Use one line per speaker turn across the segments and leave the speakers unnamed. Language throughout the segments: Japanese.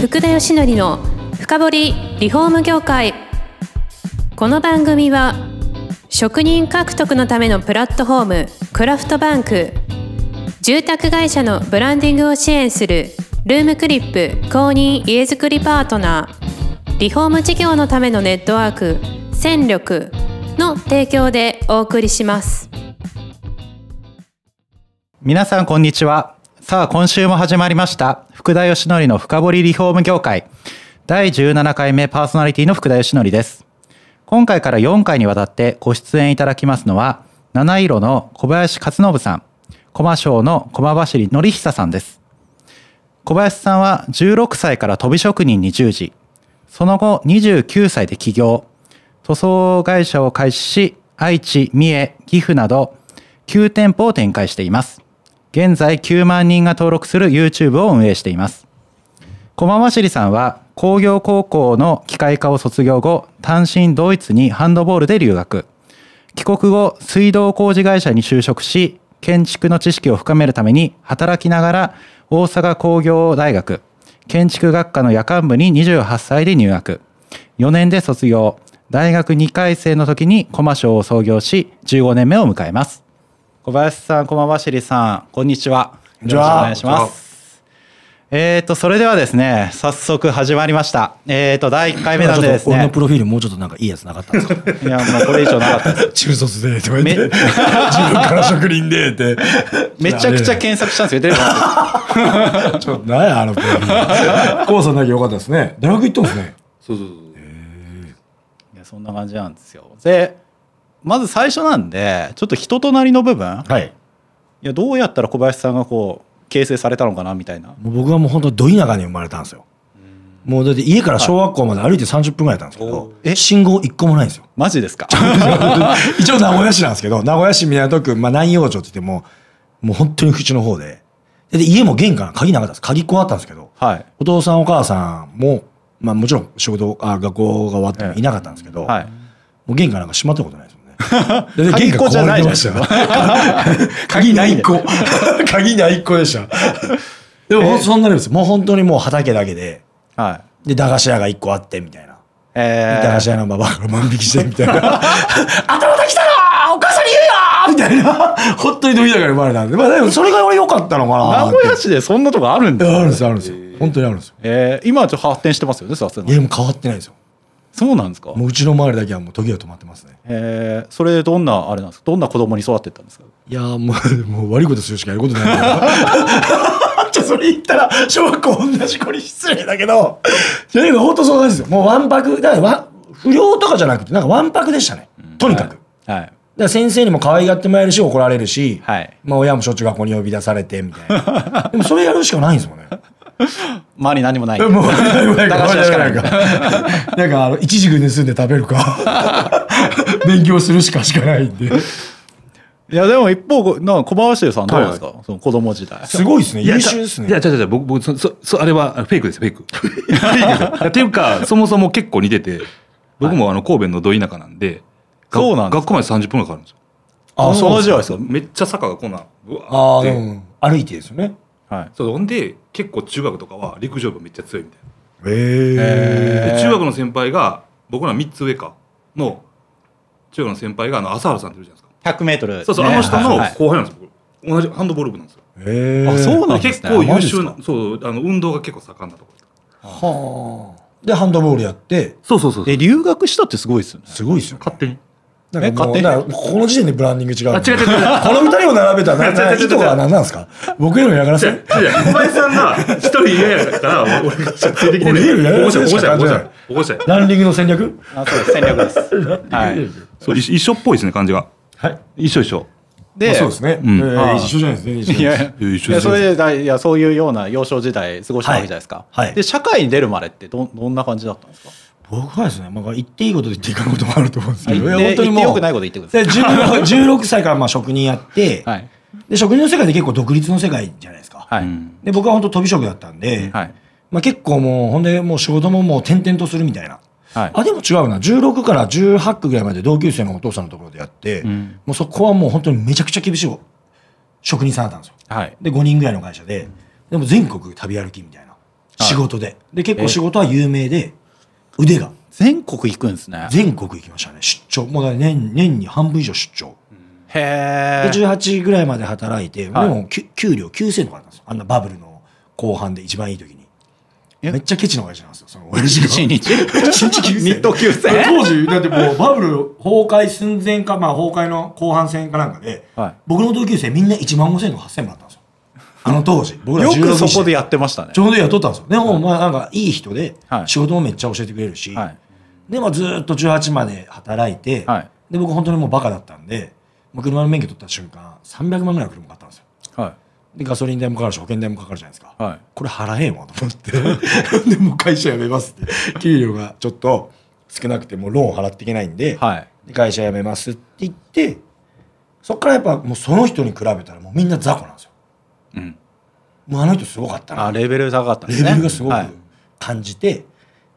福田義則の深掘りリフォーム業界この番組は職人獲得のためのプラットフォームクラフトバンク住宅会社のブランディングを支援するルームクリップ公認家づくりパートナーリフォーム事業のためのネットワーク戦力の提供でお送りします
皆さんこんにちはさあ今週も始まりました福田義則の深掘りリフォーム業界第17回目パーソナリティの福田義則です今回から4回にわたってご出演いただきますのは七色の小林勝信さん駒賞の駒走り則久さんです小林さんは16歳から飛び職人に従事その後29歳で起業塗装会社を開始し愛知三重岐阜など9店舗を展開しています現在9万人が登録する YouTube を運営しています駒走りさんは工業高校の機械科を卒業後単身ドイツにハンドボールで留学帰国後水道工事会社に就職し建築の知識を深めるために働きながら大阪工業大学建築学科の夜間部に28歳で入学4年で卒業大学2回生の時に駒賞を創業し15年目を迎えます小林さん駒走りさんこんにちは
こんにち
よろしく
は
お願いしますえー、とそれではですね早速始まりましたえー、と第1回目なんでです
俺の
ね
プロフィールもうちょっとなんかいいやつなかったんです か
いやもうこれ以上なかった です
中卒でとか
め
言って、自分から職人でって。
めちゃくちゃ検索したんですよ出てこなかったです
ちょっと、なんや、あのプロフィー ル。うさんだけよかったですね。大学行ったんですね。
そうそうそう
いやそんな感じなんですよでまず最初なんでちょっと人となりの部分
はい
いやどうやったら小林さんがこう形成されたのかなみたいな
もう僕はもう本当にど田舎に生まれたんですよもうだって家から小学校まで歩いて30分ぐらいだったんですけど
え
信号一個もないんですよ
マジですか
一応名古屋市なんですけど名古屋市港区、まあ、南陽町って言ってももう本当に口の方ででで家も玄関鍵なかったんです鍵っ子あったんですけど
はい
お父さんお母さんも、まあ、もちろん仕事あ学校が終わってもいなかったんですけど、
はい
もう玄関なんか閉まったことないですも んね
鍵っ子じゃない
で
じゃ
で
ん
すよ
鍵ないっ子。鍵ないっ子でした。でも、ほんとそんなにですよ。
もう本当にもう畑だけで、
はい
で、駄菓子屋が1個あって、みたいな。
え
駄菓子屋のババアから万引きして、みたいな。 頭できたなお母さんに言うよみたいな。本当にどいだから生まれたんで。まあでもそれが良かったのか
ー、
な
名古屋市でそんなとこあるん
い
だ、
やあるんですよ、あるんですよ。本当にあるんですよ。
えー、今はちょっと発展してますよねさすが
いや、
に
もう変わってないですよ。
そうなんですか
もううちの周りだけはもう時が止まってますね。
えー、それでどんなあれなんですかどんな子供に育ってったんですか
いやーもう、もう悪いことするしかやることないから。 じゃあそれ言ったら、小学校同じ子に失礼だけど、じゃあ本当そうなんですよ。もうわんぱく、だからわ不良とかじゃなくて、なんかわんぱくでしたね。とにかく。だか
はい
ら先生にも可愛がってもらえるし、怒られるし、
はい
まあ親もしょっちゅう学校に呼び出されて、みたい な。でもそれやるしかないんですもんね。
周り何もない
もう、 なん
駄菓子屋しかない
か。なんか、あの、一軸盗んで食べる か、勉強するしかしかないんで。
いやでも一方こなんか小林さんどうですか、その子供時代
すごいですね。優秀ですね。
いや、違う違う、僕、僕、そ、そ、そあれは、あフェイクです、フェイク。フェイクですいやっていうか、そもそも結構似てて、僕もあの、神戸のど田舎なんで、が
そうなんです
学校まで30分がかかるんですよ。
あその時代ですか
めっちゃ坂がこんなん、うわ
あ
ー
あ、
っ
で
て。
も、歩いてですよね。
はい
そう、ほんで、結構中学とかは陸上部めっちゃ強いみたいな。
へえ。
で中学の先輩が僕ら3つ上かの中学の先輩があの浅原さんっているじゃないですか、
100メートル、
そうそうあの人の
はい
後輩なんですよ、僕同じハンドボール部なんですよ、
へ
あそうなんです
結
ね
構優秀
あ
なそうあの運動が結構盛んなところ
はあ。で、ハンドボールやって、
そうそうそう
え留学したってすごいですよね
すごいですよね。
勝手に
なんかもう、
え勝手に
なんかこの時点でブランディング違う。
あ違う違う違う
この二人を並べたら、な
違う違う違う
意図は何なんですか僕への嫌がらせ
いや小林さんが一人嫌やから俺がついてきて
俺家よりやら
保護
せ
者
る
保
し
護者
か
保護
感じない
者保護者
ランディングの戦略
あそうです戦略ですはい
そう一緒っぽいですね感じが
はい。
一緒一緒
で、
そうですね。え
うん
ー一緒じゃないですね。一緒
い
じゃ
や
ない
いや
いや一緒
いや
です
それでだいやそういうような幼少時代過ごしたわけじゃないですか、
はいはい
で社会に出るまでってどどんな感じだったんですか
僕はですね、まあ、言っていいことで言っていかんこともあると思うんですけ
言っ
ど、
て
いや本当にもう。
言って良くないこと言ってくださ
で16 16歳からまあ職人やって、
はい
で、職人の世界で結構独立の世界じゃないですか。
はい、
で、僕は本当飛び職だったんで、
はい
まあ、結構もう、ほんで、もう仕事ももう転々とするみたいな。
はい
あ、でも違うな。16から18区ぐらいまで同級生のお父さんのところでやって、
ん
もうそこはもう本当にめちゃくちゃ厳しい職人さんだったんですよ。
はい
で、5人ぐらいの会社で、でも全国旅歩きみたいな。仕事で。で、結構仕事は有名で、腕が
全国行くんですね。
全国行きましたね。出張。もうだから年、年に半分以上出張。
へ
で、
ー
18ぐらいまで働いて、
はい
でも、きゅ給料9000とかだったんですよ。あんなバブルの後半で一番いい時に。
え
めっちゃケチな親父なんですよ、その親父が。
一 日
一日9000
日当9000
当時、だってもうバブル崩壊寸前か、まあ崩壊の後半戦かなんかで、
はい
僕の同級生みんな1万5000とか8000もらったんですよ。あの当時。僕ら
よ
16
くそこで
で
やってましたね
ち。ょうど雇ったんですよ。でも、まあなんかいい人で
は、い
仕事もめっちゃ教えてくれるし、
はい。
で、まあ、ずーっと18まで働いて、
はい
で僕本当にもうバカだったんで、もう車の免許取った瞬間300万ぐらいの車買ったんですよ
は
でガソリン代もかかるし保険代もかかるじゃないですか、
い。はい。
これ払えんわと思って でもう会社辞めますって給料がちょっと少なくてもうローン払っていけないんで,、
はい。
で会社辞めますって言ってそっからやっぱもうその人に比べたらもうみんな雑魚なんですよ
うん。
もうあの人すごかった
あ、
なレ
レベル高かったですね。
ベルがすごく
はい。
感じて、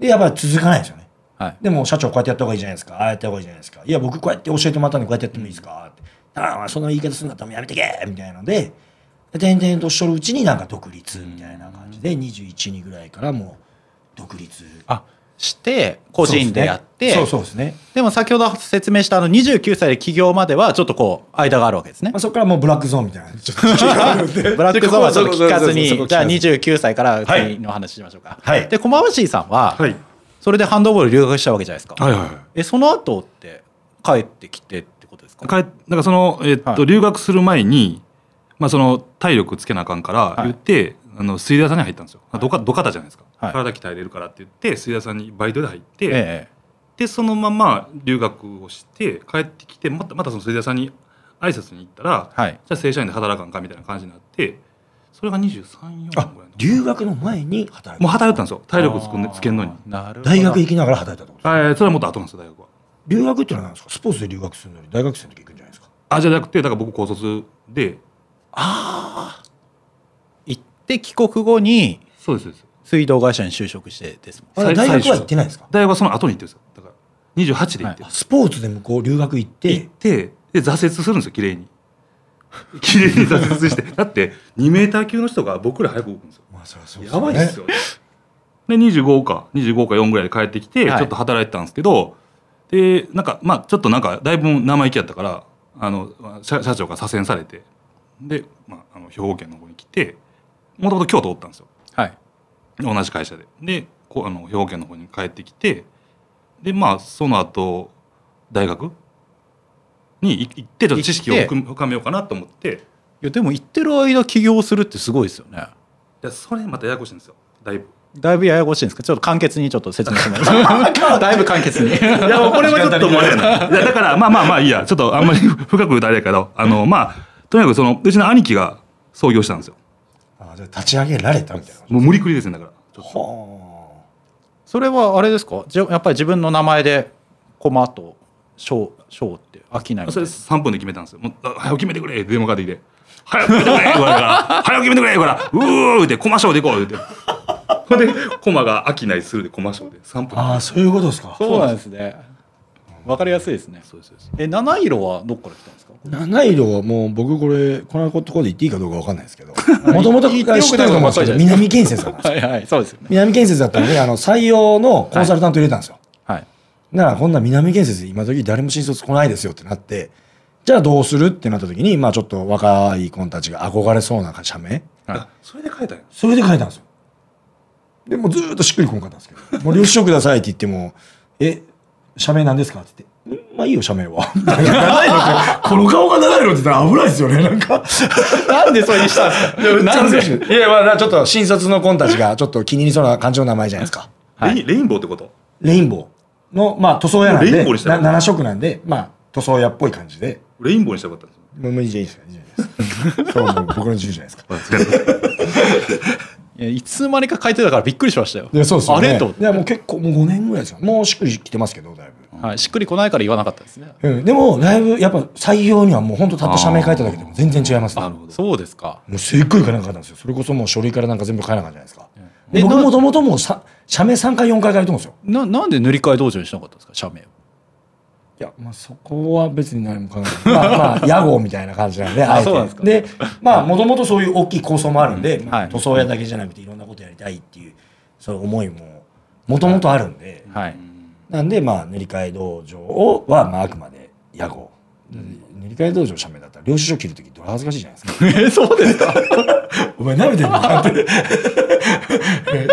でやっぱり続かないんですよね
はい。
でも社長こうやってやった方がいいじゃないですかああやった方がいいじゃないですかいや僕こうやって教えてもらったんでこうやってやってもいいですかってああそんな言い方するんだったらもうやめてけみたいなので転々としとるうちになんか独立みたいな感じで212ぐらいからもう独立
あ、して、個人でやって、
そうそうですね、
でも先ほど説明したあの29歳で起業まではちょっとこう間があるわけですね
まあ、。そこからもうブラックゾーンみたいなちょっと
ブラックゾーンはちょっと聞かず
そうそうそうそうそうそう
に、じゃあ29歳から
はい
次の話しましょうか。
はい
で、駒橋さんは、
はい。
それでハンドボール留学したわけじゃないですか。
はいはいはい。
え、その後って帰ってきてってことですか
かえなんかその、えっと
はい
留学する前に、まあ、その体力つけなあかんから
い
言って、あの水田屋さんに入ったんですよ、どかどかたじゃないですか、
はい
体鍛えれるからって言って水田屋さんにバイトで入って、
え
でそのまま留学をして帰ってきてまたまたその水田屋さんに挨拶に行ったら、
え。はい。
じゃあ正社員で働かんかみたいな感じになってそれが234ぐらい
あ
の
留学の前に働
も
く
う働いてたんですよ体力つくんでつけんのに
あ。ーなるほど
大学行きながら働いたってこと
えーそれはもっと後なんですよ大学は。
留学ってのは何ですかスポーツで留学するのに大学生の時行くんじゃないですか
あじゃなくてだから僕高卒で
行って帰国後に
そうですそうです
水道会社に就職してですもん。
あれ大学は行ってないんですか
大学はその後に行ってるんですよだから28で行ってる、
は
スポーツで向こう留学行って
行ってで挫折するんですよ綺麗に綺麗に挫折してだって2メーター級の人が僕ら早く動くんですよ
まあそりゃそう
やばいっすよ、で25か25か4ぐらいで帰ってきて、
はい
ちょっと働いてたんですけどでなんかまあちょっとなんかだいぶ生意気やったからあの社社長が左遷されてで、まあ、あの兵庫県の方に来てもともと京都おったんですよ
はい。
同じ会社ででこうあの兵庫県の方に帰ってきてでまあその後大学に行行ってちょっと知識を
行って
深めようかなと思って
いや、でも行ってる間起業するってすごいですよね。
でそれまたややこしいんですよだいぶ
だいぶややこしいんですかちょっと簡潔にちょっと説明してもらって。 だいぶ簡潔に。
いやもうこれはちょっともうあれやないやだからまあまあまあいいやちょっとあんまり 深く言うとあれやけどあのまあとにかくそのうちの兄貴が創業したんですよ
あじゃあ立ち上げられたみたいな。
もう無理くりですねだからちょっと
は
それはあれですかじゃやっぱり自分の名前で駒と翔翔って飽きないみ
そ
たい
れ
な
3分で決めたんですよ。もうあ早く決めてくれって電話かかってきて。早く決めてくれって言われたから、 早く決めてくれって言うから、うーって、コマショーで行こうって言って。ほんで、コマが飽きないするで、コマショーで3分。
ああそういうことですか。
そうなんですねわかりやすいですね
そうですそうです。
え七色はどっから来たんですか
七色はもう僕これこのところで言っていいかどうかわかんないです けど、もともと
言ってよ
知っ
く
て
ない
ると
の
思
ば
うんで
っかりじゃな
すけど、
いですか
南建設だったん です。
はいはいそうですよね
南建設だったんであの採用のコンサルタント入れたんですよ。
はい
ならこんな南建設今時誰も新卒来ないですよってなって、じゃあどうするってなった時にまあちょっと若い子たちが憧れそうな社名、
あそれで変えたんや。
それで書いたんですよ。でもうずーっとしっくりこんかったんですけど、もう領収書くださいって言っても、え、社名なんですかって言って、んまあいいよ、社名は。 この顔が長いのって言ったら危ないですよね、なんか。
なんでそれにしたんですかなんで
いや、まあちょっと新卒の子たちがちょっと気に入りそうな感じの名前じゃないですか。
はい
レインレインボーってこと
レインボーの、まあ塗装屋なん
レイ
で、
ンボーにしたら
7色なんで、まあ塗装屋っぽい感じで、
レインボーにしたかったんですよ。
もういいじゃんいいじゃんいいじゃんそうもう僕の自由じゃないですか。
いやいつの間にか書いてたからびっくりしましたよ
いや、そうですよね。
あれと
いや、もう結構もう5年ぐらいですよ。もうしっくりきてますけど、だいぶ。
はいしっくりこないから言わなかったですね
うん、でもだいぶやっぱ採用にはもう本当たった社名書いただけでも全然違いますね。も
そうですか
うすっごい金かかったんですよ。それこそもう書類からなんか全部変えなかったじゃないですか。
え
僕
な
もともともうさ社名3回4回変えてるんですよ。
ななんで塗り替え道場にしなかったんですか社名を
いや、まあそこは別に何も考え ない。まあまあ、屋号みたいな感じなんで、あえて
そうなんですか
で、まあもともとそういう大きい構想もあるんで、
はい
塗装屋だけじゃなくていろんなことやりたいっていうそういう思いももともとあるんで、
はい。
なんでまあ塗り替え道場をはまああくまで屋号、塗り替え道場社名だったら領収書切るときどれ恥ずかしいじゃないですか
え、そうですか
お前舐めてるのかって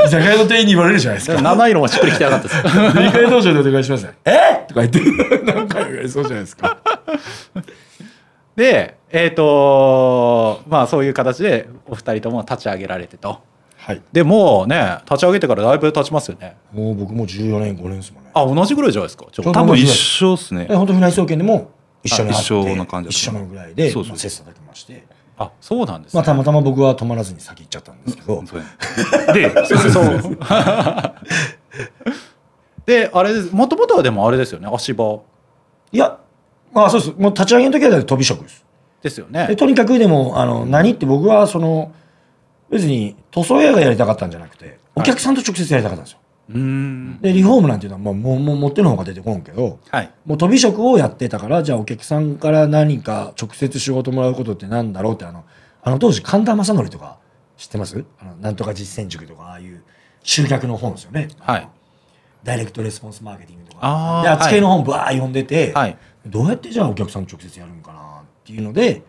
居酒屋の店員に言われるじゃない ですか
七色もしっくりきてなかったです。
塗り替え道場でお願い しますねえとか言って何回も言われそうじゃないですか
で、えっ、とまあそういう形でお二人とも立ち上げられてと。
はい
でもうね、立ち上げてからだいぶ経ちますよね。
もう僕も14年5年ですもんね
あ、同じぐらいじゃないですか。ちょ
ちょ
多分一緒ですね
で本当船井総研でも一緒に
あ
あって
一緒な感じだった
一緒のぐらいで
そうそう
まあ切磋琢磨して
あ、そうなんです、
まあ
ね。
たまたま僕は止まらずに先行っちゃったんですけど
そうやねで
そう。 で、あれです。もともとはでもあれですよね。足場
いやまあそうですもう立ち上げの時は飛び職です
ですよ
で
ね。
とにかくでもあの何って僕はその別に塗装屋がやりたかったんじゃなくてお客さんと直接やりたかったんですよ、
うーん。
でリフォームなんていうのはもうもうもうもってのほか出てこんけど
はい。
もう飛び職をやってたからじゃあお客さんから何か直接仕事もらうことってなんだろうってあのあの当時神田正則とか知ってますあのなんとか実践塾とかああいう集客の本ですよね、
はい。
ダイレクトレスポンスマーケティングとか
あー
であっち系の本ぶわー読んでて、
はい
どうやってじゃあお客さんと直接やるんかなっていうので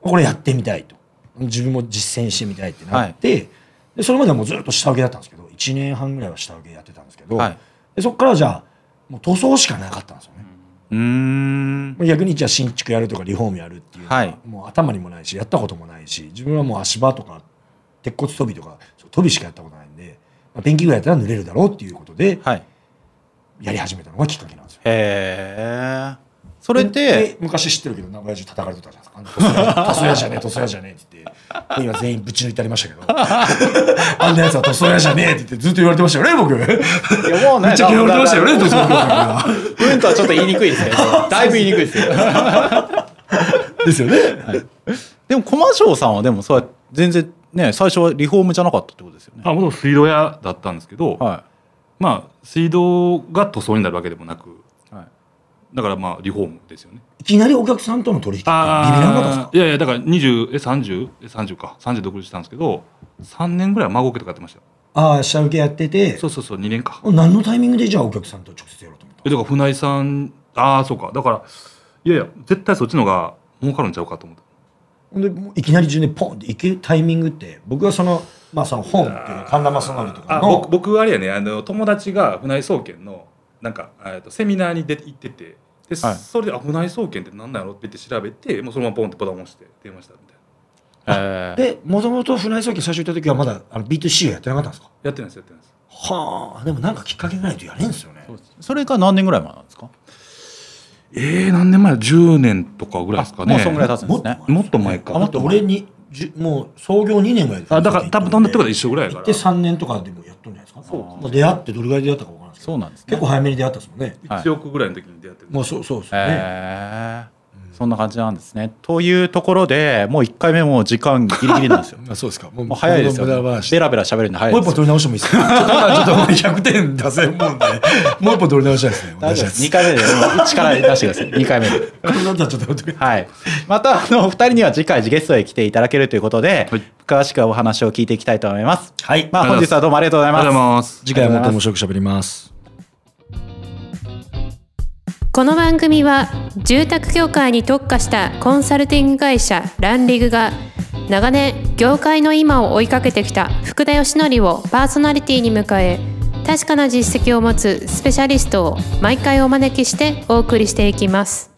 これやってみたいと自分も実践してみたいってなって、でそれまではもうずっと下請けだったんですけど1年半ぐらいは下請けやってたんですけど、
はい
でそこからじゃあもう塗装しかなかったんですよね、
うーん。
もう逆にじゃあ新築やるとかリフォームやるっていうのは、
はい
もう頭にもないしやったこともないし自分はもう足場とか鉄骨飛びとかそう飛びしかやったことないんで、まあ、ペンキぐらいやったら濡れるだろうっていうことで
はい。
やり始めたのがきっかけなんですよ
へえ。それで、
昔知ってるけど名古屋中叩かれてたじゃないです か塗装屋じゃねえ塗装屋じゃねえって言って今全員ぶち抜いてありましたけど あんなやつは塗装屋じゃねえって言ってずっと言われてましたよね僕め
いやもうね、
っちゃ言われてましたよね塗装屋から
うんとはちょっと言いにくい ですけど、だいぶ言いにくいですよ。
ですよね、
でも、駒匠さんはでも、そう全然ね、最初はリフォームじゃなかったってことですよね。
あもともと水道屋だったんですけど、
は
まあ水道が塗装になるわけでもなく
い。はい。
だからまあリフォームですよね
いきなりお客さんとの取引ってビビ
あ
らなかったんですか
いやいやだから20え30え30か30独立したんですけど3年ぐらい孫受けとかやってましたよ
ああ下請けやってて
そうそうそう2年か
何のタイミングでじゃあお客さんと直接やろうと思った
えだから船井さんああそうかだからいやいや絶対そっちの方が儲かるんちゃうかと思って
ほんでもういきなり順でポンっていけるタイミングって僕はそのまあその本っていう神田正則とか
あ
の
僕僕あれやねあの友達が船井総研のなんか、えっとセミナーに出て行っててで、
はい
それであ船井総研って何なんやろって言って調べてもうそのままポンってボタン押して電話したみたい
え
な
ー、
でもともと船井総研最初行った時はまだあの B2C をやってなかったんですか
やってないですやってないです
はあでもなんかきっかけがないとやれんですよね
それが何年ぐらい前なんですか
えー、何年前10年とかぐらいですかね
もうそんぐらい経つんですね。
もっと前か
だって俺にじゅもう創業2年ぐらいで
あだから多分どんなってことは一緒ぐらいや
行っ
から
て3年とかでもやっとるんじゃないですかまあ出会ってどれぐらいで出会ったか分からないですけ
そ
ど
うなんですね。
結構早めに出会ったですもんね
はい
1億ぐらいの時に出会ってる、
もうそうそうですよね
えーそんな感じなんですね。というところで、もう1回目もう時間ギリギリなんですよ。
あそうですかもう
もう早いですよ、
無駄
ね。
話
ベラベラ喋るんで早
も
いうで
一
すよ。
本取り直してもいいですかちょっと 今ちょっともう100点出せんもんでもう一本取り直したいですねお願
大
いし
丈夫で
ま
す。
す
2回目でもう力出してください。2回目で。
こんなんだったらちょっと待ってくれ
はい。また、あの、お二人には次回ゲストへ来ていただけるということで、
はい
詳しくお話を聞いていきたいと思います。
はい
まあ、本日はどうもありがとうござい
ありがとうござい
ます。
ます
次回はもっと面白く喋ります
この番組は住宅業界に特化したコンサルティング会社ランリグが長年業界の今を追いかけてきた福田義則をパーソナリティに迎え確かな実績を持つスペシャリストを毎回お招きしてお送りしていきます。